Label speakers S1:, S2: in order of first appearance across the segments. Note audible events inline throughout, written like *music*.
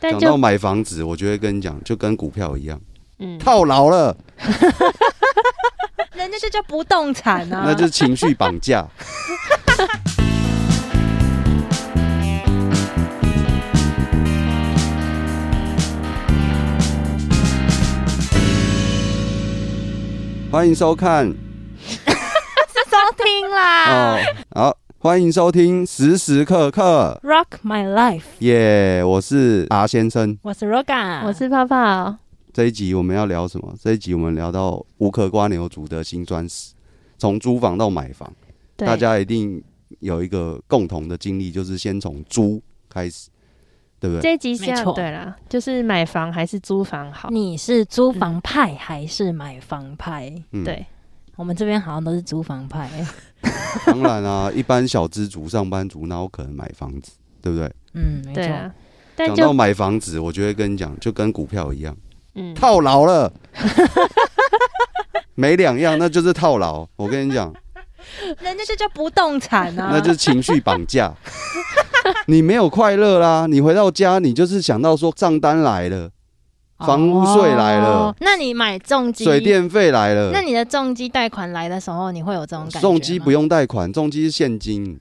S1: 但
S2: 讲到
S1: 就
S2: 买房子，我就会跟你讲，就跟股票一样，
S1: 嗯，
S2: *laughs* 套牢
S3: *laughs*
S2: 了，
S3: 人家这叫不动产啊，
S2: *laughs* 那就是情绪绑架。 *laughs* 欢迎收看
S3: 收听
S1: 啊
S3: 啦。
S2: 哦，好，欢迎收听时时刻刻
S3: Rock my life，
S2: 耶我是阿先生。
S3: 我是 Roga，
S1: 啊我是泡泡，
S2: 这一集我们要聊什么？这一集我们聊到无壳瓜牛族的新专史，从租房到买房。
S1: 对，
S2: 大家一定有一个共同的经历，就是先从租开始，对不对？
S1: 这一集是
S3: 没
S1: 要
S3: 错
S1: 对啦，就是买房还是租房好？
S4: 你是租房派还是买房派？
S2: 嗯，
S1: 对，
S4: 我们这边好像都是租房派，
S2: 当然
S1: *laughs*
S2: 啊，一般小资族、上班族，那我可能买房子，对不对？
S4: 嗯，没
S1: 对
S4: 错。
S1: 啊，但
S2: 讲到
S1: 就
S2: 买房子，我就会跟你讲，就跟股票一样， *laughs*
S1: 嗯，
S2: 套
S1: *laughs*
S2: 牢了，没两样，那就是套牢。我跟你讲，
S3: 人家这叫不动产啊，
S2: 那就是情绪绑架。 *laughs* 你没有快乐啦，你回到家，你就是想到说账单来了，房屋税来了
S4: 哦，那你买重机，
S2: 水，电费来了，
S4: 那你的重机贷款来的时候，你会有这种感觉吗？
S2: 重机不用贷款，重机是现金。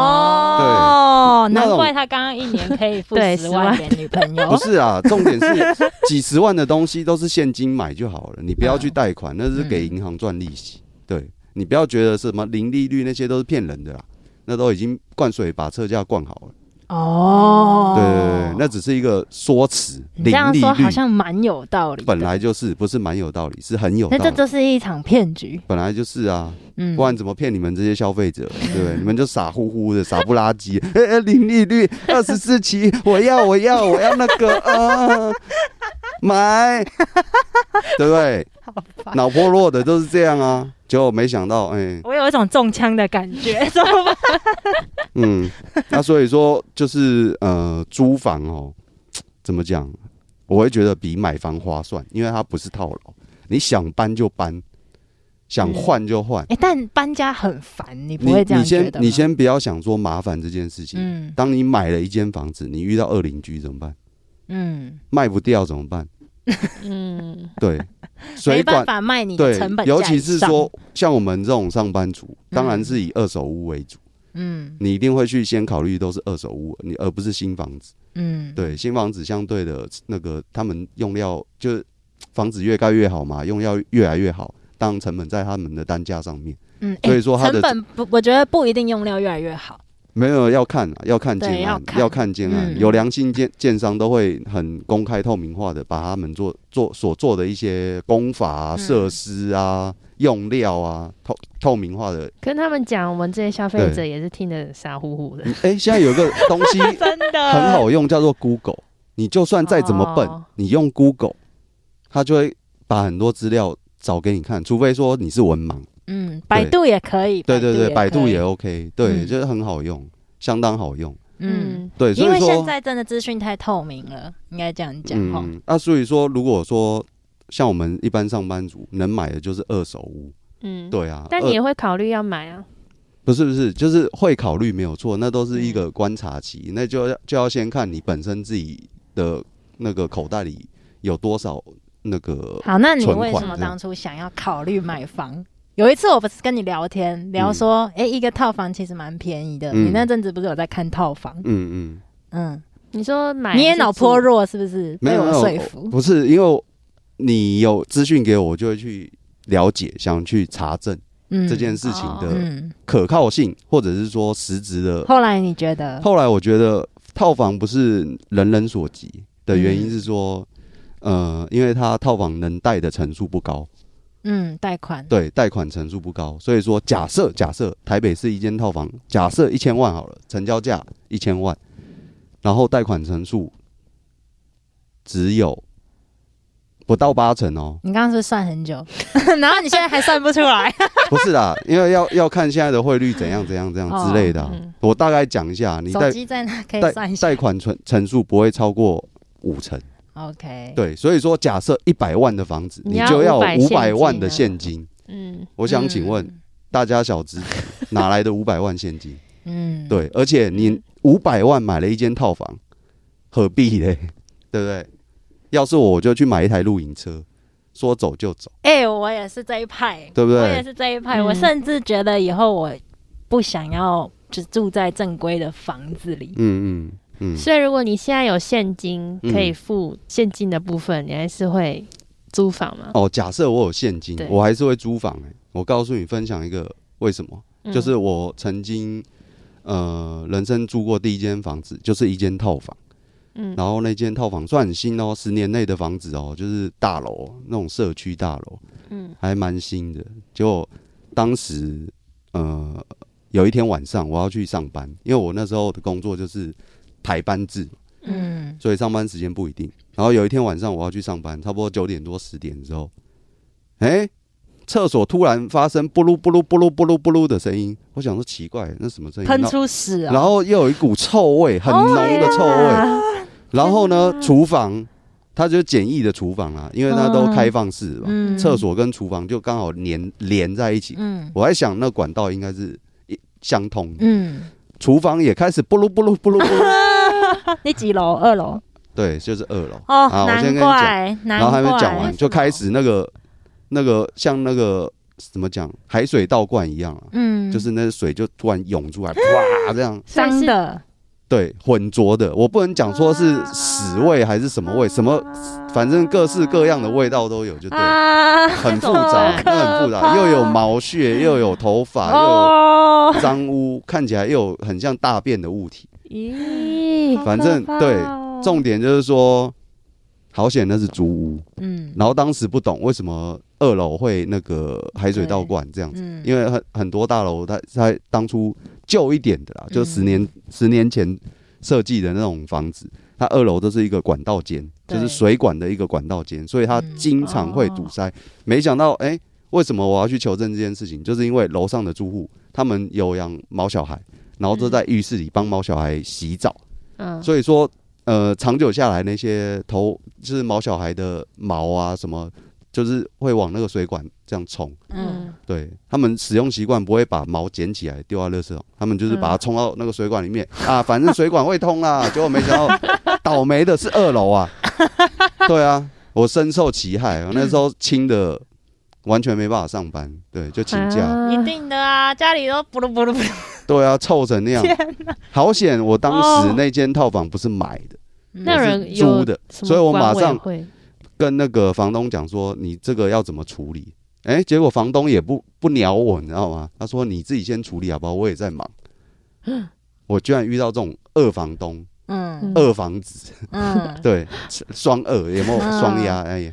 S4: 哦，
S2: 对那
S4: 难
S2: 种
S4: 怪他刚刚一年可以付
S1: 对
S4: 十
S1: 10
S4: 万给女朋
S2: *laughs* 不
S4: 友。
S2: 是啊，重点是几十万的东西都是现金买就好了，你不要
S4: 嗯
S2: 去贷款，那是给银行赚利息。对你不要觉得什么零利率那些都是骗人的啦，那都已经灌水把车价灌好了。
S4: 哦，
S2: 对对对，那只是一个说辞，
S4: 你这
S2: 零
S4: 样
S2: 利
S4: 说好
S2: 率
S4: 像蛮有道理的。
S2: 本来就是，不是蛮有道理，是很有
S4: 那
S2: 道
S4: 这
S2: 理。
S4: 就是一场骗局。
S2: 本来就是啊，
S4: 嗯
S2: 不然怎么骗你们这些消费
S4: *laughs*
S2: 者？对不对？你们就傻乎乎的，傻不拉几。 *laughs* 哎哎，零利率二十四期，我要，我要，我要那个， *laughs* 呃，
S4: *laughs*
S2: 买，对不对？脑破落的都是这样啊。结果没想到，哎、
S4: 我有一种中枪的感 *laughs* 觉，怎么办？
S2: 嗯，那所以说就是呃，租房哦，怎么讲？我会觉得比买房划算，因为它不是套牢，你想搬就搬，想
S1: 嗯
S2: 换就换。
S4: 哎，但搬家很烦，你不
S2: 你
S4: 会这样
S2: 你
S4: 觉
S2: 先
S4: 得吗
S2: 你先不要想说麻烦这件事情。
S4: 嗯
S2: 当你买了一间房子，你遇到二邻居怎么办？
S4: 嗯，
S2: 卖不掉怎么办？
S1: 嗯，
S4: *laughs*
S2: 对，水
S4: 没办
S2: 管
S4: 法卖你的
S2: 对
S4: 成，本，
S2: 尤其是说，像我们这种上班族，当然
S4: 嗯
S2: 是以二手屋为主，
S4: 嗯
S2: 你一定会去先考虑都是二手屋，你而不是新房子。
S4: 嗯，
S2: 对，新房子相对的那个他们用料就是房子越盖越好嘛，用料越来越好，当然成本在他们的单价上面，
S4: 嗯，
S2: 所以
S4: 诶
S2: 说它的
S4: 成本不，我觉得不一定用料越来越好，
S2: 没有要看啊，要看
S4: 对
S2: 建
S4: 要
S2: 案，
S4: 看
S2: 要看建案，
S4: 嗯
S2: 有良心建建商都会很公开透明化的把他们做做所做的一些工法啊、
S4: 嗯
S2: 设施啊、用料啊透透明化的。
S1: 跟他们讲，我们这些消费者
S2: 对
S1: 也是听得傻乎乎的
S2: 哎、，诶现在有一个东西
S1: 真的
S2: *laughs* 很，好用，叫做 Google。你就算再怎么笨，
S1: 哦
S2: 你用 Google，它就会把很多资料找给你看，除非说你是文盲。
S4: 嗯，百度也可以，
S2: 对对对，百度
S4: 可以
S2: 也 OK，对，
S4: 嗯
S2: 就是很好用，相当好用。
S4: 嗯，
S1: 嗯，
S2: 对，所
S4: 因为
S2: 以
S4: 现
S2: 说，
S4: 在真的资讯太透明了，应该这样讲哈，
S2: 嗯，那、所以说，如果说像我们一般上班族能买的就是二手屋，
S1: 嗯，
S2: 对啊，
S1: 但你也
S2: 二
S1: 会考虑要买啊，
S2: 不是不是，就是会考虑没有错，那都是一
S4: 嗯
S2: 个观察期，那就要就要先看你本身自己的那个口袋里有多少那个，
S4: 好，那你
S2: 存款
S4: 为什么当初想要考虑买房？有一次我不是跟你聊天，聊说，哎、一个套房其实蛮便宜的。
S2: 嗯
S4: 你那阵子不是有在看套房？
S2: 嗯嗯，
S4: 嗯，
S1: 你说买，啊
S4: 你也脑波，弱是不是？
S2: 没
S4: 被
S2: 有
S4: 我
S2: 没有
S4: 说服。
S2: 不是因为你有资讯给我，我就会去了解，想去查证
S4: 嗯
S2: 这件事情的
S4: 嗯，
S2: 可靠性，或者是说实质的
S4: 后来你觉得？
S2: 后来我觉得套房不是人人所及的原因
S4: 嗯
S2: 是说，呃，因为它套房能贷的层数不高，
S4: 嗯，贷款。
S2: 对，贷款层数不高，所以说假设假设台北市一间套房，假设一千万好了，成交价一千万，然后贷款层数只有不到八成哦，
S4: 你刚刚是不是算很久， *laughs* 然后你现在还算不出来。
S2: 不是啦，因为要要看现在的汇率怎样怎样怎样之类的啊、
S1: 哦嗯
S2: 我大概讲一下， *laughs* 你
S4: 手
S2: 贷
S4: 机在那可以
S2: 贷
S4: 算一下
S2: 贷。款层层数不会超过五成。
S4: OK。
S2: 对，所以说假设一百万的房子，
S1: 你
S2: 你
S1: 要
S2: 就要五
S1: 500
S2: 百万的
S1: 现
S2: 现金。
S1: 嗯，
S2: 我想请问、大家小资哪来的五百万现金？
S4: 嗯，嗯，
S2: 对，而且你五百万买了一间套房，何必嘞？ *laughs* 对不对？要是我，我就去买一台露营车，说走就走，
S4: 哎、我也是这一派，
S2: 对不
S4: 我
S2: 对？
S4: 也是这一派。
S1: 嗯
S4: 我甚至觉得以后我不想要只住在正规的房子里。
S2: 嗯嗯嗯，
S1: 所以如果你现在有现金
S2: 嗯
S1: 可以付现金的部分，你还是会租房吗？
S2: 哦，假设我有现金
S1: 对，
S2: 我还是会租房、欸。我告诉你，分享一个为什么，
S1: 嗯
S2: 就是我曾经呃人生租过第一间房子，就是一间套房。
S1: 嗯
S2: 然后那间套房算很新哦，十年内的房子哦，就是大楼那种社区大楼，
S1: 嗯
S2: 还蛮新的。结果当时呃有一天晚上我要去上班，因为我那时候的工作就是排班制，
S4: 嗯，
S2: 所以上班时间不一定。然后有一天晚上我要去上班，差不多九点多十点之后，哎、厕所突然发生布噜布噜布噜布噜布噜的声音，我想说奇怪，那什么声音？
S4: 喷
S2: 然后
S4: 出哦屎啊！
S2: 然后又有一股臭味，很浓的臭味。然后呢，厨房它就简易的厨房啦，因为它都开放式嘛，
S4: 嗯
S2: 厕、所跟厨房就刚好连连在一起。
S4: 嗯
S2: 我在想，那管道应该是一相通的，
S4: 嗯，
S2: 厨、房也开始布噜布噜布噜布
S4: *laughs*
S2: 噜，
S4: 你几楼？二楼
S2: 对，就是二楼。
S4: 哦
S2: 啊，我先跟
S4: 难
S2: 你讲，
S4: 怪，难
S2: 然后还没讲
S4: 怪
S2: 完就开始那个那个像那个怎么讲海水倒灌一样啊，
S4: 嗯，
S2: 就是那水就突然涌出来，
S4: *laughs*
S2: 哇，这样
S4: 脏的，
S2: 对，混浊的，我不能讲说是屎味还是什
S4: 哦
S2: 么味，什么，反正各式各样的味道都有，就对了，
S4: 啊，
S2: 很复
S1: 那
S2: 杂
S1: 种，
S2: 那很复杂，又有毛屑，又有头发，又
S4: 哦，
S2: 有脏污，看起来又有很像大便的物体。
S1: 咦，
S2: 反正
S4: 哦
S2: 对，重点就是说，好险那是租屋，
S4: 嗯
S2: 然后当时不懂为什么二楼会那个海水倒灌这样子，
S4: 嗯，
S2: 因为很很多大楼它它当初旧一点的啦，就
S4: 嗯
S2: 十年、十年前设计的那种房子，它二楼都是一个管道间，就
S4: 对
S2: 是水管的一个管道间，所以它
S4: 嗯哦
S2: 经常会堵塞。没想到，哎、为什么我要去求证这件事情？就是因为楼上的住户他们有养毛小孩，然后都
S4: 嗯
S2: 在浴室里帮毛小孩洗澡，
S1: 嗯，
S2: 所以说，呃，长久下来那些头就是毛小孩的毛啊什么，就是会往那个水管这样冲。
S4: 嗯，
S2: 对他们使用习惯不会把毛捡起来丢到垃圾桶，他们就是把它冲到那个水管里面、啊，反正水管会通啦。结果没想到倒霉的是二楼啊，对啊，我深受其害，我那时候轻的完全没办法上班，对，就请假，
S1: 啊
S4: 一定的啊，家里都不噜不噜不噜，
S2: 对啊，臭成那样，好险！我当时
S4: 哦
S2: 那间套房不是买的，
S1: 那
S2: 我是
S1: 人有
S2: 租的，
S1: 什么
S2: 所以我马
S1: 管委
S2: 上
S1: 会
S2: 跟那个房东讲说，你这个要怎么处理？哎、结果房东也不不鸟我，你知道吗？他说你自己先处理好不好？我也在忙。 *gasps* 我居然遇到这种二房东、
S4: 嗯
S2: 二房子，
S4: *laughs* 嗯，
S2: 对，双二有没有
S4: 嗯
S2: 双压？哎呀，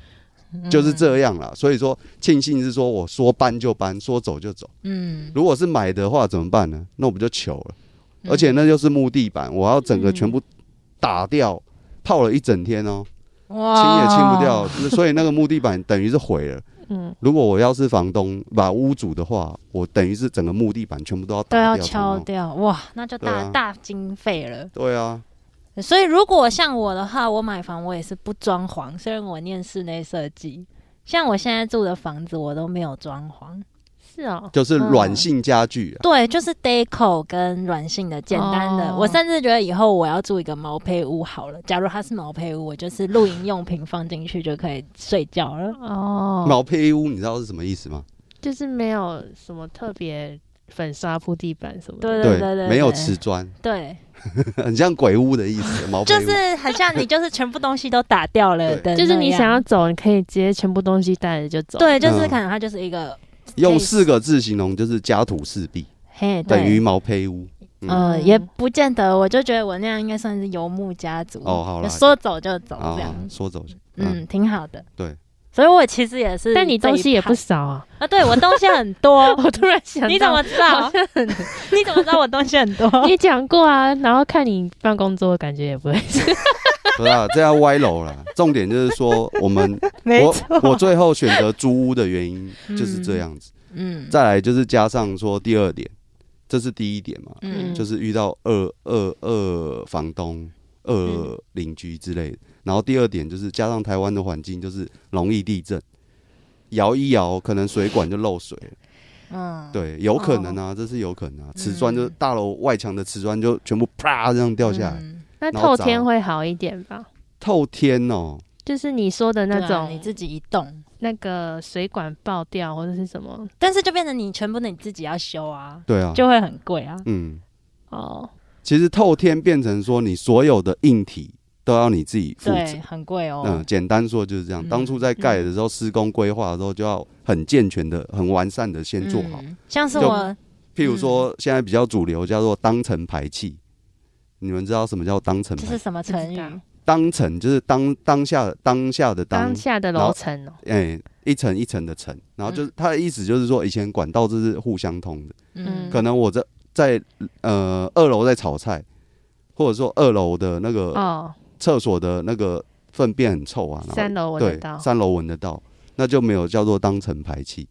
S2: 就是这样啦。所以说，庆幸是说我说搬就搬，说走就走。
S4: 嗯，
S2: 如果是买的话怎么办呢？那我不就糗了？
S4: 嗯，
S2: 而且那就是木地板，我要整个
S1: 嗯
S2: 全部打掉，泡了一整天哦，清
S4: 哇
S2: 也清不
S4: 哦
S2: 掉，所以那个木地板等于是毁了。
S1: 嗯，
S2: 如果我要是房东把屋主的话，我等于是整个木地板全部都要
S4: 都
S2: 打
S4: 要
S2: 掉
S4: 敲
S2: 重弄
S4: 掉，哇，那就
S2: 对啊
S4: 大大经费了。
S2: 对啊，
S4: 所以如果像我的话，我买房我也是不装潢，虽然我念室内设计，像我现在住的房子我都没有装潢。
S1: 是哦，
S4: 嗯
S2: 就是软性家具啊。
S4: 对，就是 deco 跟软性的、简单的。
S1: 哦
S4: 我甚至觉得以后我要住一个毛坯屋好了。假如它是毛坯屋，我就是露营用品放进去就可以睡觉了。
S1: 哦，
S2: 毛坯屋，你知道是什么意思吗？
S1: 就是没有什么特别粉刷铺地板什么的，
S4: 对对对对，
S2: 没有
S4: 对
S2: 瓷砖，
S4: 对，
S2: 很像鬼屋的意思。毛坯
S4: 就
S2: 屋，
S4: 是很像你就是全部东西都打掉了
S2: 对
S4: 的那样，
S1: 就是你想要走，你可以直接全部东西带着就走。
S4: 对，就是
S2: 嗯
S4: 可能它就是一个
S2: 用四个字形容，就是家徒四壁，
S4: 嘿，对
S2: 等于毛坯屋。
S4: 呃，
S1: 嗯
S4: 也不见得，我就觉得我那样应该算是游牧家族
S2: 哦好啦
S4: 就说走就走
S2: 啊
S4: 这样，，
S2: 说走就，嗯，
S4: 嗯，挺好的。
S2: 对，
S4: 所以我其实也是这一派，
S1: 但你东西也不少啊！，
S4: 啊，对我东西很多
S1: *laughs* 我突然想到，
S4: 你怎么知道
S1: 好？像很
S4: 你怎么知道我东西 *laughs* 很多？
S1: 你讲过啊？然后看你办公桌，感觉也
S4: *laughs*
S1: 不会是。
S2: 不是啊，这要歪楼了。重点就是说，我们
S4: *laughs* 没
S2: 我
S4: 错，
S2: 我最后选择租屋的原因就是这样子。
S4: 嗯
S2: 再来就是加上说第二点，这是第一点嘛，
S4: 嗯
S2: 就是遇到二二二房东、二邻居之类的。然后第二点就是加上台湾的环境，就是容易地震，摇一摇可能水管就漏水了，
S4: 嗯，
S2: 对，有可能啊，这是有可能啊。瓷砖就大楼外墙的瓷砖就全部啪这样掉下来，
S4: 嗯
S1: 那
S2: 然后
S1: 透
S2: 砸
S1: 天会好一点吧？
S2: 透天哦，
S1: 就是你说的那
S4: 对啊
S1: 种、
S4: 你自己一栋，
S1: 那个水管爆掉或者是什么
S4: 但是就变成你全部的你自己要修啊，
S2: 对啊，
S4: 就会很贵啊。
S2: 嗯，
S1: 哦，
S2: 其实透天变成说你所有的硬体都要你自己负责
S4: 对，。很贵哦。
S2: 嗯，简单说就是这样。
S4: 嗯
S2: 当初在盖的时候，施工规划的时候就要很健全的、很完善的先做好。
S4: 嗯像是
S2: 就
S4: 我
S2: 譬如说，现在比较主流叫做当层排气，你们知道什么叫当层
S4: 这
S2: 排
S4: 是什么成
S1: 不知道
S4: 语？
S2: 当层就是当当下当下的当
S1: 当，下的楼层哦，
S2: 哎、一层一层的层，然后就是、它的意思就是说，以前管道这是互相通的，
S1: 嗯
S4: 嗯，
S2: 可能我在在呃二楼在炒菜，或者说二楼的那个
S1: 哦，
S2: 厕所的那个粪便很臭啊，然后
S1: 三楼闻得
S2: 对
S1: 到，
S2: 三楼闻得到，那就没有叫做当层排气，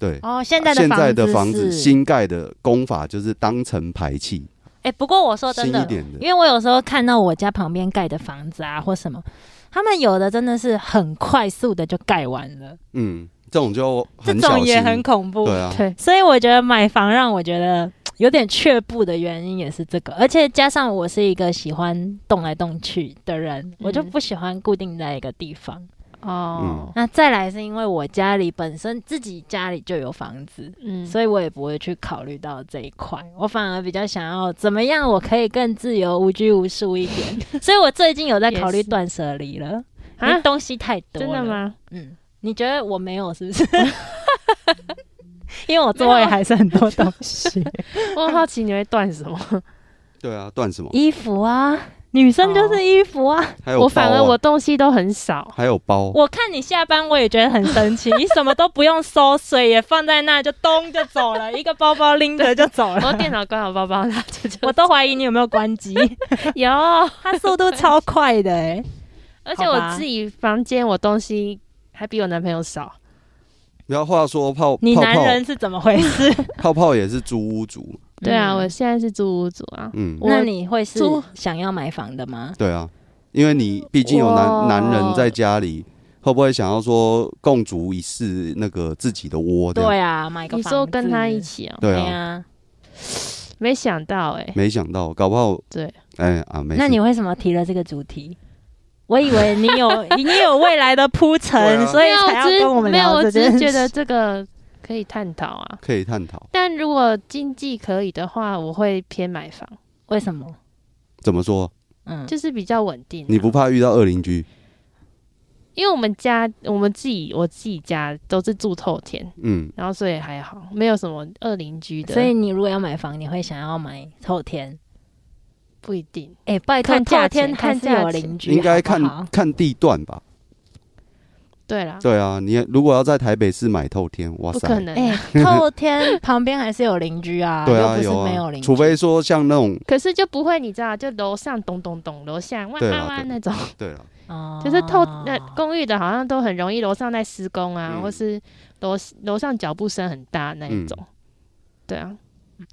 S2: 对。
S4: 哦，现在的
S2: 现在的房
S4: 子
S2: 子
S4: 是，
S2: 新盖的工法就是当层排气，
S4: 哎、不过我说真
S2: 新一
S4: 的，
S2: 点的
S4: 因为我有时候看到我家旁边盖的房子啊，或什么，他们有的真的是很快速的就盖完了，
S2: 嗯，这种就
S4: 这
S2: 很小
S4: 种
S2: 心，
S4: 也很恐怖。
S2: 对啊，
S1: 对，
S4: 所以我觉得买房让我觉得嘖有点却步的原因也是这个，而且加上我是一个喜欢动来动去的人，
S1: 嗯
S4: 我就不喜欢固定在一个地方。
S1: 哦，
S4: 那再来是因为我家里本身自己家里就有房子，
S1: 嗯，
S4: 所以我也不会去考虑到这一块，我反而比较想要怎么样，我可以更自由、无拘无束一点。
S1: *laughs*
S4: 所以我最近有在考虑
S1: 也是
S4: 断舍离了，因
S1: 啊
S4: 为，东西太多
S1: 真
S4: 了。
S1: 的？吗？
S4: 嗯，你觉得我没有是不 *laughs* 是？因为我座位还是很多东西，
S1: *laughs* 我很好奇你会断什么？
S2: 对啊，断什么？
S4: 衣服啊，女生就是衣服啊。
S2: 还有包、啊、
S1: 我反而我东西都很少，
S2: 还有包，
S4: 我看你下班，我也觉得很生 *laughs* 气，你什么都不用收，水也放在那就咚就走 *laughs* 了，一个包包拎着就走了。
S1: 我电脑刚好包包拿着就
S4: 我都怀疑你有没有关 *laughs* 机，
S1: 有，
S4: 它速度超快的哎、
S1: 而且
S4: 好
S1: 我
S4: 吧
S1: 自己房间我东西还比我男朋友少，
S2: 不要话说泡
S4: 你
S2: 泡
S4: 男
S2: 泡
S4: 人是怎么回事？
S2: 泡泡也是租屋族，
S1: *laughs* 对啊，
S4: 嗯
S1: 我现在是租屋主啊，
S2: 嗯，
S1: 我
S4: 那你会是
S1: 租
S4: 想要买房的吗？
S2: 对啊，因为你毕竟有
S1: 我
S2: 男男人在家里，会不会想要说共筑一室那个自己的窝？这样
S4: 对啊，买个
S1: 你说跟他一，起哦，
S2: 对
S4: 对
S2: 啊，
S4: 啊。
S1: 没想到哎，
S2: *laughs* 没想到，搞不好
S1: 对，
S2: 哎啊，没事
S4: 那你为什么提了这个主题？我以为你
S2: *laughs*
S4: 有你有未来的铺
S2: 对
S4: 陈，
S2: 啊
S4: 所以
S1: 没有
S4: 才要
S1: 只
S4: 跟我们
S1: 没有，
S4: 聊
S1: 我
S4: 这
S1: 只是
S4: 件事。
S1: 觉得这个可以探讨啊。
S2: 可以探讨
S1: 但如果经济可以的话，我会偏买房，
S4: 为什么？
S2: 怎么说？
S4: 嗯，
S1: 就是比较稳定啊、
S2: 你不怕遇到恶邻居？
S1: 因为我们家我们自己我自己家都是住透天，
S2: 嗯，
S1: 然后所以还好，没有什么恶邻居的，
S4: 所以你如果要买房，你会想要买透天？
S1: 不一定。
S4: 哎、拜托，
S1: 看价
S4: 透
S1: 钱
S4: 天还
S1: 看
S4: 是
S1: 价
S4: 有
S1: 钱
S4: 邻居，
S2: 应该
S4: 好
S2: 看
S4: 不好
S2: 看地段吧。
S1: 对啦，
S2: 对啊，你如果要在台北市买透天，哇
S1: 不
S2: 塞，
S1: 可能、啊
S4: 哎、透天旁边还是有邻居
S2: 嗯 *laughs*
S4: 啊，
S2: 对啊，
S4: 又不
S2: 有
S4: 是没
S2: 啊
S4: 邻，居，
S2: 除非说像那种，
S1: 可是就不会，你知道，就楼上咚咚咚，楼下哇
S2: 对
S1: 哇
S2: 啦
S1: 哇
S2: 对
S1: 那种，
S2: 对啊了，
S4: 哦
S1: 就是透那公寓的，好像都很容易楼上在施工啊，
S2: 嗯
S1: 或是楼楼上脚步声很大那一种。
S2: 嗯
S1: 对啊，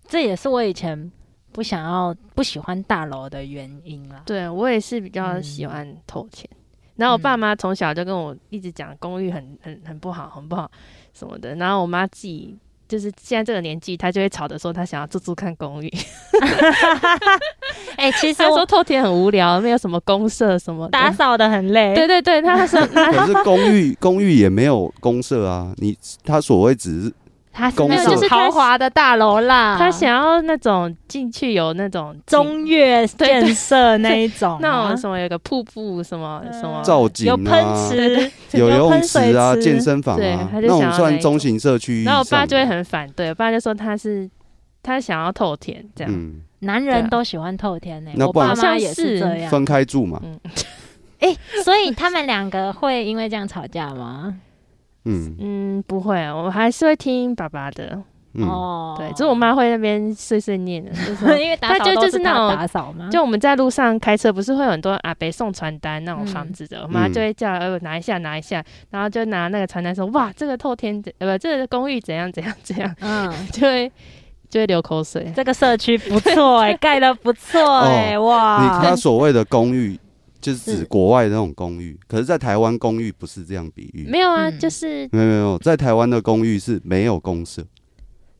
S4: 这也是我以前不想要、不喜欢大楼的原因啦。
S1: 对我也是比较喜欢投钱。然后我爸妈从小就跟我一直讲公寓很很很不好，很不好什么的。然后我妈自己就是现在这个年纪，她就会吵着说她想要住住看公寓。
S4: 哎、其实
S1: 她说
S4: 我
S1: 透天很无聊，没有什么公社什么的哎
S4: 打。扫的很累，
S1: 对对对，她说
S2: 可是公寓公寓也没有公社啊，你他所谓只是
S4: 它是
S2: 公
S4: 那
S2: 社
S4: 种
S1: 就是它
S4: 豪华的大楼啦，
S1: 她想要那种进去有那种景
S4: 啊中越
S1: 对
S4: 建设那一种、啊，嗯
S1: 那种什么有个瀑布什么什么，
S2: 造景
S4: 有喷
S2: 啊，
S4: 池，
S2: 有游泳
S4: 喷
S2: 池
S4: 水
S2: 啊、
S4: 池
S2: 健身房
S1: 对
S2: 啊，
S1: 他就
S2: 那
S1: 想要那
S2: 种算
S1: 一
S2: 中型社区以
S1: 然
S2: 上的。
S1: 后我爸就会很反对，我爸就说他是他想要透天这样，
S2: 嗯，
S4: 男
S1: 对啊
S4: 人都喜欢透天呢、
S2: 那
S4: 我
S2: 不然
S4: 爸妈也
S1: 好像是
S4: 是这样。
S2: 分开住嘛，
S1: 嗯
S4: 哎、所以他们两个会因为这样吵架吗？
S2: 嗯
S1: 嗯，不会，我还是会听爸爸的，
S2: 嗯，
S4: 哦，嗯
S1: 对，就是我妈会那边碎碎念的，就说。
S4: *laughs* 因为打
S1: 他
S4: 扫
S1: 就
S4: 都
S1: 就是那种
S4: 他打扫吗？
S1: 就我们在路上开车，不是会有很多阿伯送传单那种房子的，我妈
S2: 嗯
S1: 就会叫呃拿一下拿一下，然后就拿那个传单说哇这个透天怎呃不这个公寓怎样怎样怎样，
S4: 嗯，
S1: 就会就会流口水。
S4: 这个社区不错
S1: *laughs*
S4: 哎、盖的不错哎、
S2: 哦你
S4: 哇
S2: 他！所谓的公寓就是指
S4: 是
S2: 国外的那种公寓，可是，在台湾公寓不是这样比喻。
S1: 没有啊，
S4: 嗯
S1: 就是
S2: 没有没有，在台湾的公寓是没有公社，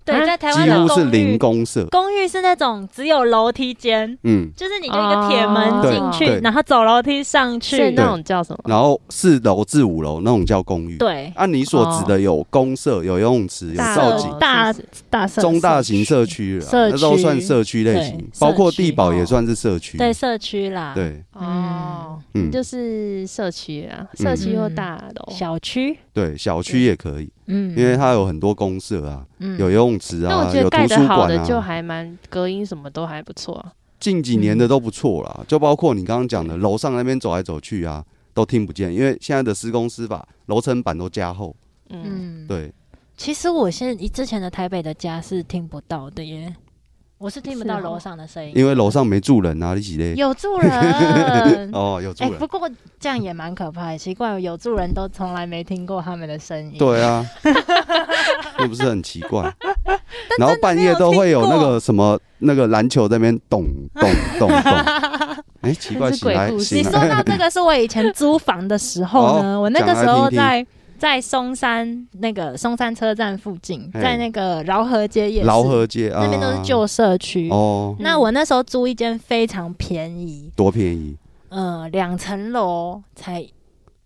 S4: 对，
S1: 啊
S4: 在台湾
S2: 几
S4: 的
S2: 乎
S4: 公
S2: 是
S4: 寓
S2: 零公社。
S4: 公寓是那种只有楼梯间，
S2: 嗯，
S4: 就是你就一个铁门进
S2: 哦
S4: 去，
S2: 对
S4: 然后走楼梯上
S1: 是
S4: 去。
S1: 那种叫什么？
S2: 然后四楼至五楼那种叫公寓。，
S4: 对，哦
S2: 按你所指的有公社、有游泳池、有
S1: 大
S2: 造
S1: 楼
S2: 景。
S4: 大
S1: 是不是
S4: 大社
S2: 中大型社区啦，啊
S4: 社区
S2: 那都算社区类
S4: 对
S2: 型，包括
S4: 社区哦
S2: 地堡也算是社区。
S4: 对社区啦，，
S2: 对，
S1: 哦，
S2: 嗯，
S1: 就是社区啊，社区或大楼。
S4: 小区，
S2: 对，小区也可以，
S4: 嗯，
S2: 因为它有很多公社啊，
S4: 嗯
S2: 有游泳池
S1: 但我
S2: 啊，
S1: 觉得
S2: 有
S1: 盖
S2: 图
S1: 得
S2: 书
S1: 好
S2: 馆
S1: 的就
S2: 啊。
S1: 还蛮隔音什么都还不错啊。
S2: 近几
S4: 嗯
S2: 年的都不错啦，就包括你刚刚讲的楼上那边走来走去啊，都听不见，因为现在的施工施法，楼层板都加厚。
S1: 嗯，
S4: 嗯，
S2: 对，
S4: 其实我现在之前的台北的家是听不到的耶，我是听不到
S1: 是哦
S4: 楼上的声音，
S2: 因为楼上没住人啊，你几嘞？。
S4: 有住人
S2: *laughs* 哦，有
S4: 哎、
S2: 住人
S4: 不。过这样也蛮可怕的，奇怪，有住人都从来没听过他们的声音。，
S2: 对
S4: *laughs*
S2: 啊，是不是很奇怪？然后半夜都会有那个什么那个篮球在那边咚咚咚
S4: *laughs*
S2: 咚，哎，奇怪，
S1: 这是
S2: 醒
S1: 鬼
S2: 来
S1: 故事
S2: 醒
S4: 你说
S2: 来，
S4: 到这个，是我以前租房的时候呢，
S2: 哦
S4: 我那个
S2: 讲
S4: 时
S2: 来
S4: 候
S2: 听听
S4: 在在松山那个松山车站附近，
S2: 嘿
S4: 在那个饶河街夜市，
S2: 劳河街啊，
S4: 那边都是旧社区。
S2: 哦，
S4: 那我那时候租一间非常便宜，
S2: 多便宜，
S4: 嗯、呃，两层楼才，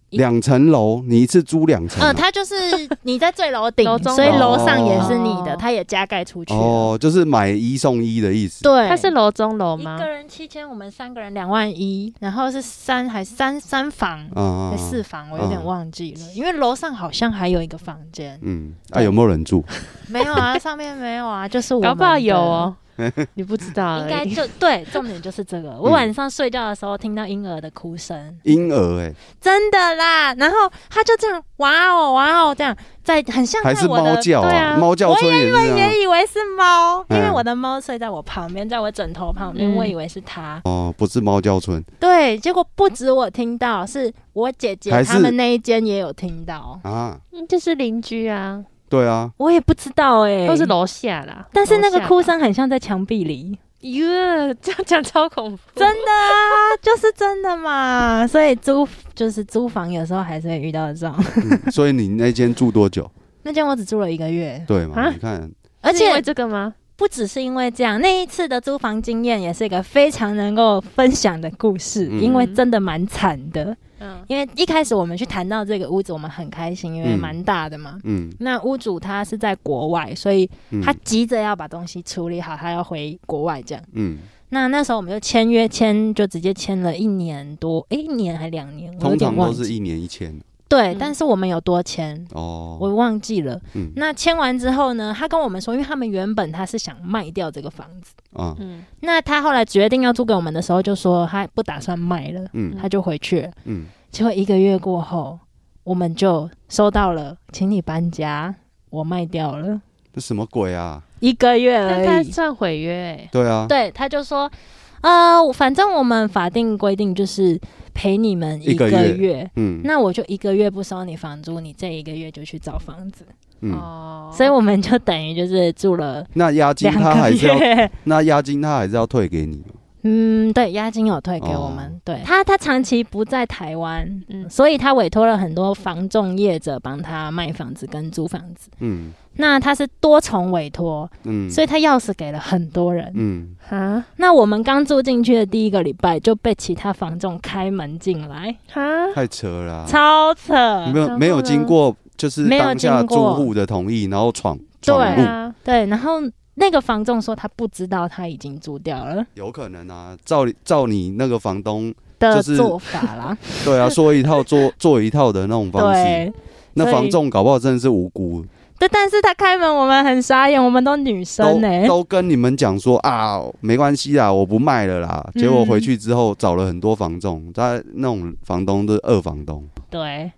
S4: 一
S2: 两层楼你一次租两层
S4: 嗯、
S2: 啊，
S4: 它就是你在最 *laughs* 楼顶
S1: 楼，中
S4: 所以楼上也是你
S1: 哦
S4: 的，它也加盖出去了。啊
S2: 哦，就是买一送一的意思，
S4: 对，
S1: 它是楼中楼吗
S4: 一？个人七千，我们三个人两万一，然后是三还三三房
S2: 啊
S4: 还，四房，我有点
S2: 嗯
S4: 忘记了，因为楼上好像还有一个房间，
S2: 嗯，啊，有没有人住？
S4: 没有啊，上面没
S1: *laughs*
S4: 有啊，就是我
S1: 搞
S4: 们
S1: 不好
S4: 的
S1: 有。哦， *laughs* 你不知道欸
S4: 应该
S1: 而已。
S4: *laughs* 就对，重点就是这个。
S1: 嗯
S4: 我晚上睡觉的时候听到婴儿的哭声，
S2: 婴儿哎，
S4: 真的啦。然后他就这样，哇哦哇哦，这样在很像
S2: 还
S4: 在
S2: 是
S4: 我的
S2: 猫叫
S4: 对啊，
S2: 猫叫
S4: 我
S2: 村也是这样啊，
S4: 也以为是猫，因为
S2: 嗯
S4: 我的猫睡在我旁边，在我枕头旁边，
S1: 嗯
S4: 我以为是它。
S2: 哦，不是猫叫村
S4: 对，结果不止我听到，是我姐姐
S2: 还是
S4: 他们那一间也有听到，
S2: 啊，
S1: 嗯 *laughs* 就是邻居啊，
S2: 对啊，
S4: 我也不知道哎、
S1: 都是楼下啦。
S4: 但是那
S1: 楼
S4: 个
S1: 下
S4: 哭
S1: 吧，
S4: 声很像在墙壁里，
S1: 哟，这样讲超恐怖。
S4: 真的啊，就是真的嘛。所以租就是租房，有时候还是会遇到这种。
S2: 嗯 *laughs* 所以你那间住多久？
S4: 那间我只住了一个月，
S2: 对嘛？
S1: 啊
S2: 你看，
S4: 而
S1: 是因为
S4: 且
S1: 这个吗？
S4: 不只是因为这样，那一次的租房经验也是一个非常能够分享的故事，
S2: 嗯
S4: 因为真的蛮惨的。
S1: 嗯
S4: 因为一开始我们去谈到这个屋子，我们很开心，因为
S2: 嗯
S4: 蛮大的嘛。
S2: 嗯，
S4: 那屋主他是在国外，所以
S2: 嗯
S4: 他急着要把东西处理好，他要回国外这样。
S2: 嗯，
S4: 那那时候我们就签约签，就直接签了一年多，诶，一年还两年，我有
S2: 通常
S4: 点忘
S2: 都
S4: 记。
S2: 是一年一签
S4: 对，
S1: 嗯
S4: 但是我们有多签，
S2: 哦。
S4: 我忘记了。
S2: 嗯
S4: 那签完之后呢，他跟我们说，因为他们原本他是想卖掉这个房子，
S2: 啊
S1: 嗯，
S4: 那他后来决定要租给我们的时候，就说他不打算卖了，
S2: 嗯
S4: 他就回去了。
S2: 嗯，
S4: 结果一个月过后，我们就收到了，请你搬家，我卖掉了。
S2: 这什么鬼啊？
S4: 一个月
S1: 但它
S4: 而已，
S1: 算毁约哎。
S2: 对啊，
S4: 对，他就说，呃，反正我们法定规定就是赔你们
S2: 一个
S4: 个月，
S2: 月嗯
S4: 那我就一个月不收你房租，你这一个月就去找房子，
S2: 嗯，
S1: 哦，
S4: 所以我们就等于就是住了
S2: 那押金
S4: 两
S2: 他
S4: 个
S2: 还是要，
S4: 月。
S2: 那押金他还是要退给你。
S4: 嗯，对，押金有退给我们。
S2: 哦
S4: 对他，他长期不在台湾，
S1: 嗯
S4: 所以他委托了很多房仲业者帮他卖房子跟租房子。
S2: 嗯
S4: 那他是多重委托，
S2: 嗯，
S4: 所以他钥匙给了很多人。
S2: 嗯，
S1: 哈
S4: 那我们刚住进去的第一个礼拜就被其他房仲开门进来，
S1: 哈，
S2: 太扯了啊，
S4: 超扯。
S2: 没
S1: 然后
S2: 有没有
S1: 呢
S2: 经过就是
S4: 没有
S2: 当下
S4: 经
S2: 住
S4: 过
S2: 户的同意，然后闯
S4: 对
S2: 闯
S1: 对
S2: 入，
S1: 啊，
S4: 对，然后那个房仲说他不知道他已经租掉了
S2: 有可能啊。照你照你那个房东，
S4: 的
S2: 就是
S4: 做法
S2: *laughs*
S4: 啦。
S2: 对啊，说一套做做一套的那种方式，
S4: *laughs* 对，
S2: 那
S4: 所以
S2: 房仲搞不好真的是无辜。
S4: 对，但是他开门，我们很傻眼，我们都女生欸
S2: 都
S4: 呢、
S2: 都跟你们讲说啊，没关系啦，我不卖了啦。
S4: 嗯
S2: 结果回去之后找了很多房仲，他那种房东都是二房东，
S4: 对，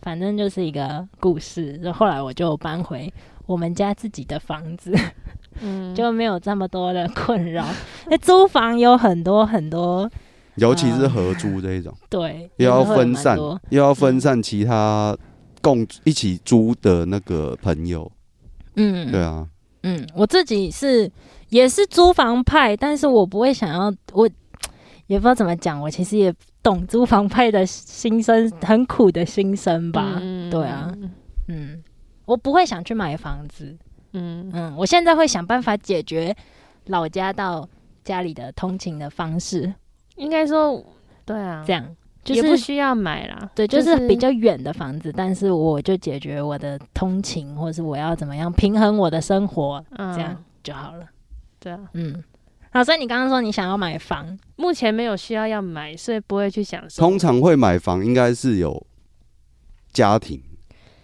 S4: 反正就是一个故事。然后后来我就搬回我们家自己的房子，
S1: 嗯，
S4: *laughs* 就没有这么多的困扰。 *laughs* 那租房有很多很多，
S2: 尤其是合租这一种，
S4: 对，
S2: 又要
S4: 也会
S2: 分
S4: 有嗯蛮
S2: 散
S4: 多，
S2: 又要分散其他共一起租的那个朋友。
S4: 嗯，
S2: 对啊，
S4: 嗯，我自己是也是租房派，但是我不会想要，我也不知道怎么讲，我其实也懂租房派的心声，很苦的心声吧。
S1: 嗯
S4: 对啊，嗯，我不会想去买房子，
S1: 嗯，
S4: 嗯，我现在会想办法解决老家到家里的通勤的方式，
S1: 应该说对啊，
S4: 这样就
S1: 也不
S4: 是
S1: 需要买啦，
S4: 对，就是比较远的房子，但是我就解决我的通勤，或是我要怎么样平衡我的生活，
S1: 这
S4: 这样就好了。
S1: 嗯对啊，
S4: 嗯，好，所以你刚刚说你想要买房，
S1: 目前没有需要要买，所以不会去想说
S2: 通常会买房应该是有家庭，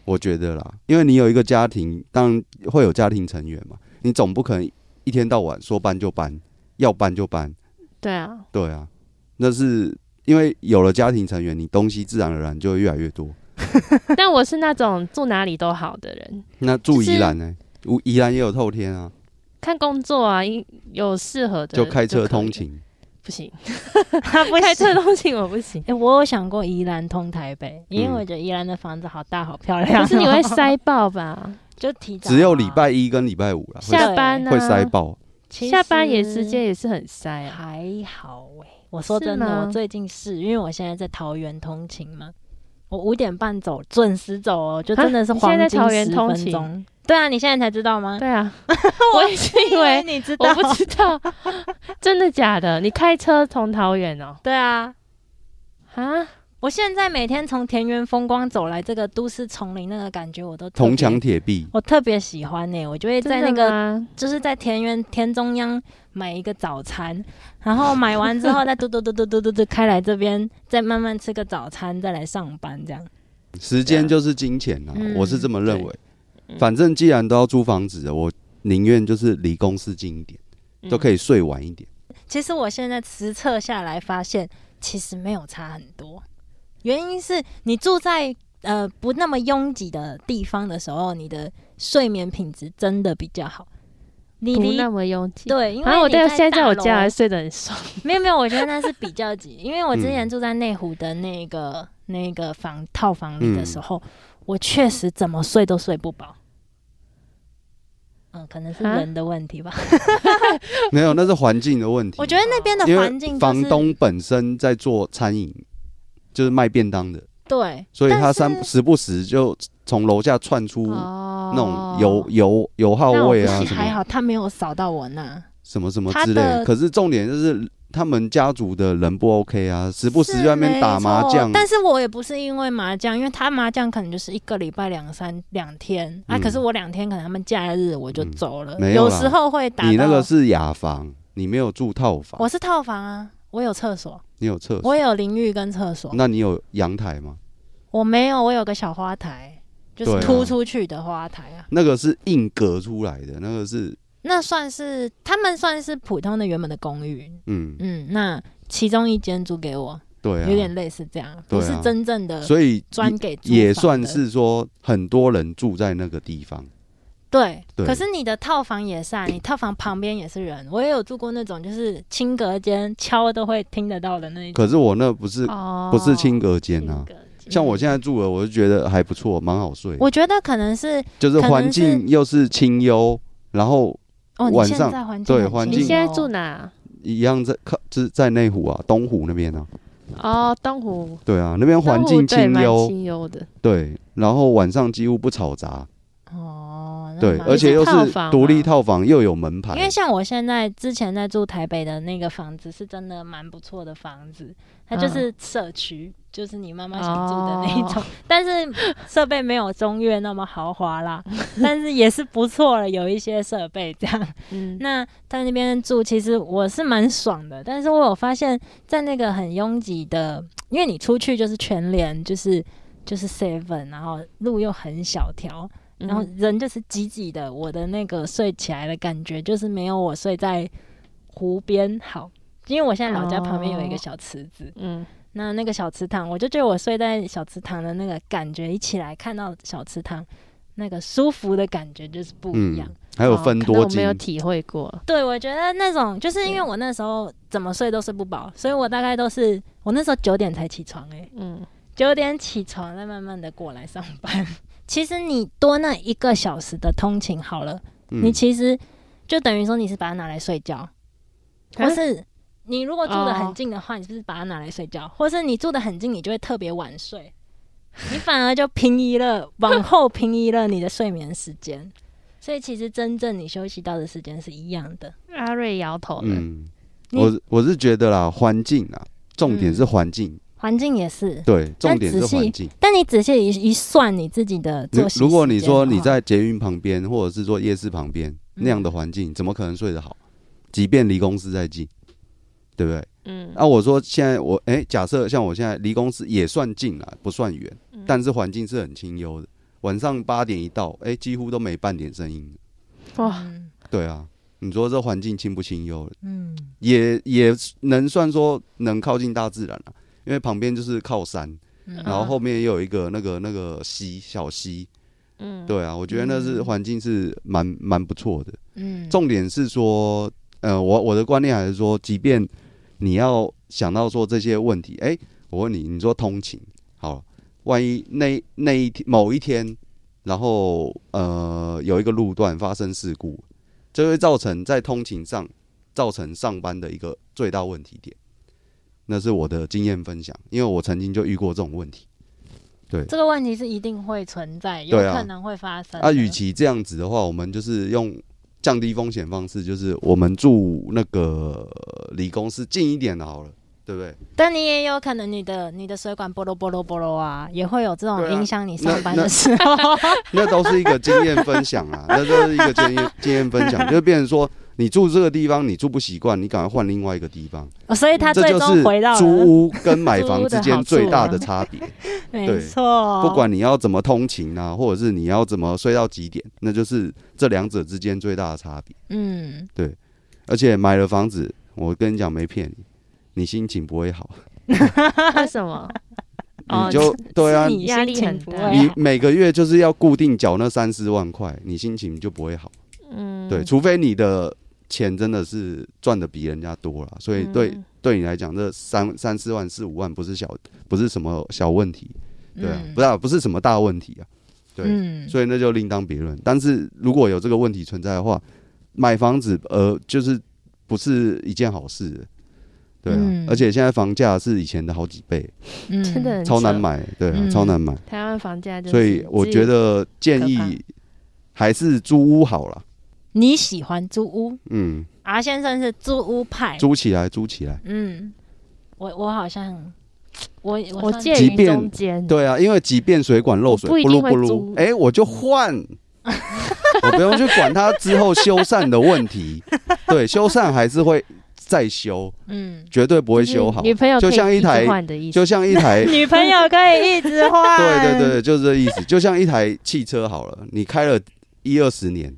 S2: 我觉得啦，因为你有一个家庭，当然会有家庭成员嘛，你总不可能一天到晚说搬就搬，要搬就搬，
S1: 对啊，
S2: 对啊，那是因为有了家庭成员，你东西自然而然就会越来越多。
S1: 但我是那种住哪里都好的人，
S2: 那住
S1: 就是
S2: 宜兰呢、宜宜兰也有透天啊，
S1: 看工作啊，因有适合的
S2: 就开车
S1: 可以
S2: 通勤，
S1: 不行，
S4: 他 *laughs* 不
S1: 开
S4: 开。
S1: 车通勤我不行
S4: 哎、我有想过宜兰通台北，因为
S2: 嗯
S4: 我觉得宜兰的房子好大好漂亮、
S1: 可是你
S4: *laughs*
S1: 会，塞爆吧？
S4: 就提早、
S2: 只有礼拜一跟礼拜五啦，会
S1: 下班呢、
S2: 会塞爆。
S4: 其实
S1: 下班也时间也是很塞
S4: *laughs*
S1: 啊。
S4: 还好哎、我说真
S1: 欸是吗
S4: 的，我最近是因为我现在在桃园通勤嘛，我五点半走，准时走哦，就真的是
S1: 啊你现
S4: 黄
S1: 在在
S4: 金
S1: 桃园
S4: 十
S1: 通
S4: 分
S1: 勤
S4: 钟。对啊，你现在才知道吗？
S1: 对
S4: *laughs*
S1: 啊，我也是因为
S4: 你知道
S1: 我，不知道， *laughs* 真的假的？你开车从桃园哦、
S4: 对啊，
S1: 啊，
S4: *laughs* 我现在每天从田园风光走来这个都市丛林，那个感觉我都特别
S2: 铜墙，铁壁，
S4: 我特别喜欢呢、我就会在那
S1: 真
S4: 个
S1: 的吗
S4: 就是在田园田中央买一个早餐，然后买完之后再嘟嘟嘟嘟嘟嘟嘟开来这边，再慢慢吃个早餐，再来上班这样。
S2: 时间就是金钱啊，
S4: 嗯
S2: 我是这么认为
S1: 对。嗯
S2: 反正既然都要租房子了，我宁愿就是离公司近一点，
S4: 嗯
S2: 都可
S1: 以。
S2: 以睡晚一
S4: *laughs*
S2: 点。
S4: 其实我现在实测下来发现，其实没有差很多。原因是你住在呃不那么拥挤的地方的时候，你的睡眠品质真的比较好。你
S1: 不
S4: 离
S1: 那么拥挤。
S4: 对，因
S1: 然后
S4: 为
S1: 我
S4: 你
S1: 在现在在
S4: 大
S1: 我家
S4: 楼
S1: 还睡得很爽。
S4: 没有没有，我觉得那是比较挤，因为我之前
S2: 嗯
S4: 住在内湖的那个那个房套房里的时候，
S2: 嗯
S4: 我确实怎么睡都睡不饱。嗯，可能是
S1: 啊
S4: 人的问题吧。
S2: 没有，那是环境的问题。
S4: 我觉得那边的
S2: 因
S4: 环境、就
S2: 为
S4: 是、
S2: 房东本身在做餐饮，就是卖便当的，
S4: 对，
S2: 所以他
S4: 但是
S2: 三时不时就从楼下窜出
S1: 哦
S2: 那种油、油油
S4: 哦
S2: 耗
S1: 那我
S2: 味
S1: 不
S2: 啊
S1: 行
S2: 什么
S4: 还好他没有扫到我那。
S2: 什么什么
S4: 他
S2: 之类的。
S4: 的
S2: 可是重点就是他们家族的人不 OK 啊，时不时就在那边打麻
S4: 是没
S2: 将啊
S4: 错。但是我也不是因为麻将，因为他麻将可能就是一个礼拜两三两天啊，
S2: 嗯
S4: 可是我两天可能他们假日我就
S2: 嗯
S4: 走了，
S2: 没有
S4: 有
S2: 啦
S4: 时候会打到。
S2: 你那个是雅房，你没有住套房，
S4: 我是套房啊，我有厕所，
S2: 你有厕所
S4: 我，有淋浴跟厕所。
S2: 那你有阳台吗？
S4: 我没有，我有个小花台，就是
S2: 对啊
S4: 突出去的花台啊。
S2: 那个是硬隔出来的，那个是
S4: 那算是他们算是普通的原本的公寓，
S2: 嗯，
S4: 嗯，那其中一间租给我，
S2: 对啊，
S4: 有点类似这样，不
S2: 对
S4: 是
S2: 啊
S4: 真正的
S2: 所以
S4: 专给租
S2: 也
S4: 房
S2: 算
S4: 的
S2: 是说很多人住在那个地方，
S4: 对。
S2: 对
S4: 可是你的套房也是啊，你套房旁边也是人，我也有住过那种就是轻隔间，敲都会听得到的那一种。
S2: 可是我那不是
S1: 哦，
S2: 不是轻隔间啊。
S1: 隔间
S2: 像我现在住了，我就觉得还不错，蛮好睡。
S4: 嗯我觉得可能是
S2: 就是
S4: 可能
S2: 环境又是清幽，然后
S4: 哦，你
S2: 晚
S4: 现
S2: 上
S4: 在环境
S2: 对
S4: 很
S2: 环
S4: 轻
S2: 境
S1: 你
S4: 柔
S1: 现在住哪？
S2: 一样在靠就是在内湖啊，东湖那边啊，
S1: 哦，东湖。
S2: 对啊，那边环
S1: 东湖
S2: 境
S1: 对
S2: 清
S1: 蛮
S2: 幽，
S1: 清幽的。
S2: 对，然后晚上几乎不吵杂，
S4: 哦，那
S2: 对，
S4: 蛮
S2: 而且又
S1: 套
S2: 是
S1: 房啊
S2: 独立
S1: 吗
S2: 套房，又有门牌
S4: 因，为像我现在之前在住台北的那个房子，是真的蛮不错的房子，它
S1: 嗯
S4: 就是社区，就是你妈妈想住的那一
S1: 哦
S4: 种， *laughs* 但是设备没有中越那么豪华
S1: *laughs*
S4: 啦，但是也是不错了，有一些设备这样。
S1: 嗯，
S4: 那在那边住，其实我是蛮爽的，但是我有发现，在那个很拥挤的，因为你出去就是全联，就是就是 seven，然后路又很小条，
S1: 嗯
S4: 然后人就是挤挤的，我的那个睡起来的感觉就是没有我睡在湖边好，因为我现在老家旁边有一个小池子，
S1: 嗯，
S4: 那那个小池塘，我就觉得我睡在小池塘的那个感觉，一起来看到小池塘那个舒服的感觉就是不一样。
S2: 嗯，还有
S1: 哦
S2: 分
S1: 可能
S2: 多
S1: 我没有
S2: 金，
S1: 体会过。
S4: 对，我觉得那种就是因为我那时候怎么睡都睡不饱，所以我大概都是我那时候九点才起床、欸，
S1: 嗯，
S4: 九点起床，再慢慢的过来上班。 *laughs* 其实你多那一个小时的通勤好了，你
S2: 嗯，
S4: 其实就等于说你是把它拿来睡觉，或
S1: 啊
S4: 是你如果住得很近的话，你是不是把它拿来睡觉？或是你住得很近，你就会特别晚睡，你反而就平移了，往后平移了你的睡眠时间。所以其实真正你休息到的时间是一样的。
S1: 阿瑞摇头了，
S2: 嗯，
S4: 你
S2: 我我是觉得啦，环境啊，重点
S1: 嗯
S2: 是环境，
S4: 环境也是，
S2: 对，重点
S4: 仔
S2: 是
S4: 细
S2: 环境。
S4: 但你仔细一一算你自己的
S2: 你
S4: 作息
S2: 如果
S4: 时
S2: 你
S4: 间
S2: 说
S4: 的
S2: 你
S4: 话
S2: 在捷运旁边，或者是说夜市旁边
S1: 嗯
S2: 那样的环境，怎么可能睡得好？即便离公司再近，对不对？
S1: 嗯
S2: 那、我说现在我哎、假设像我现在离公司也算近了，不算远，
S1: 嗯
S2: 但是环境是很清幽的。晚上八点一到，哎、几乎都没半点声音。
S1: 哇，
S4: 嗯
S2: 对啊，你说这环境清不清幽？
S4: 嗯
S2: 也也能算说能靠近大自然了、因为旁边就是靠山，
S4: 嗯
S2: 然后后面也有一个那个那个溪小溪。
S1: 嗯， *laughs*
S2: 对啊，我觉得那是
S4: 嗯
S2: 环境是蛮蛮不错的。
S4: 嗯
S2: 重点是说，呃，我我的观念还是说，即便你要想到说这些问题，哎、我问你，你说通勤好了，万一那那一天某一天，然后呃有一个路段发生事故，这会造成在通勤上造成上班的一个最大问题点。那是我的经验分享，因为我曾经就遇过这种问题。
S4: 这个问题是一定会存在，有
S2: 对啊
S4: 可能会发生的。
S2: 啊，与其这样子的话，我们就是用降低风险方式，就是我们住那个呃离公司近一点的好了，对
S4: *laughs*
S2: 不对？
S4: 但你也有可能你的你的水管波罗波罗波罗啊，也会有
S2: 对
S4: 这种
S2: 啊
S4: 影响你
S2: 那
S4: 上班
S2: 那
S4: 的时候。
S2: *laughs* 那都是一个经验分享
S4: *laughs*
S2: 啊，那都是一个经验经验分享，就变成说你住这个地方你住不习惯，你赶快换另外一个地方，
S4: 哦所以他
S2: 这
S4: 最
S2: 就
S4: 终
S2: 是
S4: 回到了
S2: 租屋跟买房
S1: 租屋的
S2: 之间
S1: 好
S4: *laughs*
S1: 处
S2: 最大的
S1: 啊
S2: 差别。
S4: 没
S2: 对
S4: 错，
S2: 不管你要怎么通勤啊，或者是你要怎么睡到几点，那就是这两者之间最大的差别。
S4: 嗯，
S2: 而且买了房子，我跟你讲没骗你，你心情不会好，
S1: 为什么？哦
S2: 你就对啊
S4: 是，你
S1: 压力
S4: 心情
S1: 很
S4: 不
S1: 大
S4: 会
S2: 你
S4: 好
S2: 每个月就是要固定缴那三四万块，你心情就不会好。
S1: 嗯，
S2: 对，除非你的钱真的是赚的比人家多了，所以对、
S1: 嗯
S2: 对你来讲，这三三四万四五万不是小不是什么小问题，对啊，
S4: 嗯
S2: 不是、啊、不是什么大问题啊，对，
S4: 嗯
S2: 所以那就另当别论。但是如果有这个问题存在的话，买房子呃就是不是一件好事，对啊，
S4: 嗯
S2: 而且现在房价是以前的好几倍，
S4: 嗯
S1: 真的很
S2: 超难
S1: 扯。
S2: 买，对啊，
S4: 嗯
S2: 超难买。
S1: 台湾房价就是，
S2: 所以我觉得建
S1: 可怕
S2: 议还是租屋好了，
S4: 你喜欢租屋
S2: 嗯，
S4: ，R 先生是租屋派，
S1: 哎
S2: 租起来，租起来。
S4: 嗯，我我好像我
S1: 我
S4: 算
S1: 介
S2: 即
S1: 于
S2: 便
S1: 中间，
S2: 对啊，因为即便水管漏水，
S1: 嗯我不一
S2: 不
S1: 定
S2: 噜
S1: 会
S2: 不
S1: 租
S2: 噜，哎、我就换，
S1: *laughs*
S2: 我不用去管它之后修缮的问题。对，修缮还是会再修，
S4: 嗯，
S2: 绝对不会
S1: 就是
S2: 修好。
S1: 女朋友
S2: 就
S1: 可以
S2: 像一
S1: 直
S2: 台
S1: 换的意思，
S2: 就像
S1: *laughs*
S2: 一台，对
S4: 女朋友可以一直换，
S2: 对对，就是这意思。就像一台汽车好了，你开了一二十年，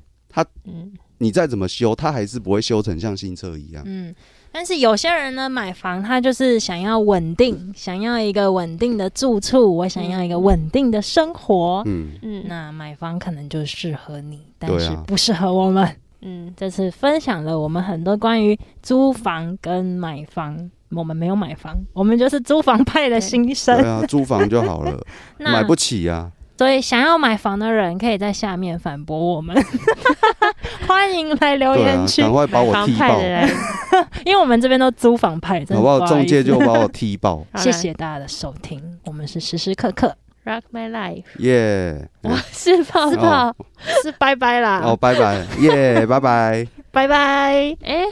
S1: 嗯，
S2: 你再怎么修，它还是不会修成像新车一样。
S4: *laughs* 嗯，但是有些人呢，买房他就是想要稳定，想要一个稳定的住处，我想要一个稳定的生活。
S2: 嗯，
S1: 嗯嗯
S4: 那买房可能就适合你，但
S2: 对
S4: 是
S2: 啊
S4: 不适合我们。
S1: 嗯，
S4: 这次分享了我们很多关于租房跟买房，我们没有买房，我们就是租房派的心
S2: 对
S4: 声。
S2: 啊，租房就好了，买
S4: 那
S2: 不起啊。
S4: 所以想要买房的人，可以在下面反驳
S2: *laughs*
S4: 我们，欢迎来留
S2: 对啊
S4: 言，区，
S2: 赶快把我
S1: 房
S2: 踢
S1: 派
S2: 爆， *laughs*
S1: 的来，
S4: 因为我们这边都租房派，真
S2: 好
S4: 的
S2: 不好？
S4: 好
S2: 中
S4: 意
S2: 介
S4: 思
S2: 就把我踢爆，
S1: 好啦
S4: 谢谢大家的收听，我们是时时刻刻，
S1: Rock My Life，
S2: 耶！
S1: 我 *laughs* 是泡泡，是拜拜啦
S2: 哦，，拜拜，耶，拜拜。
S1: 拜拜，哎。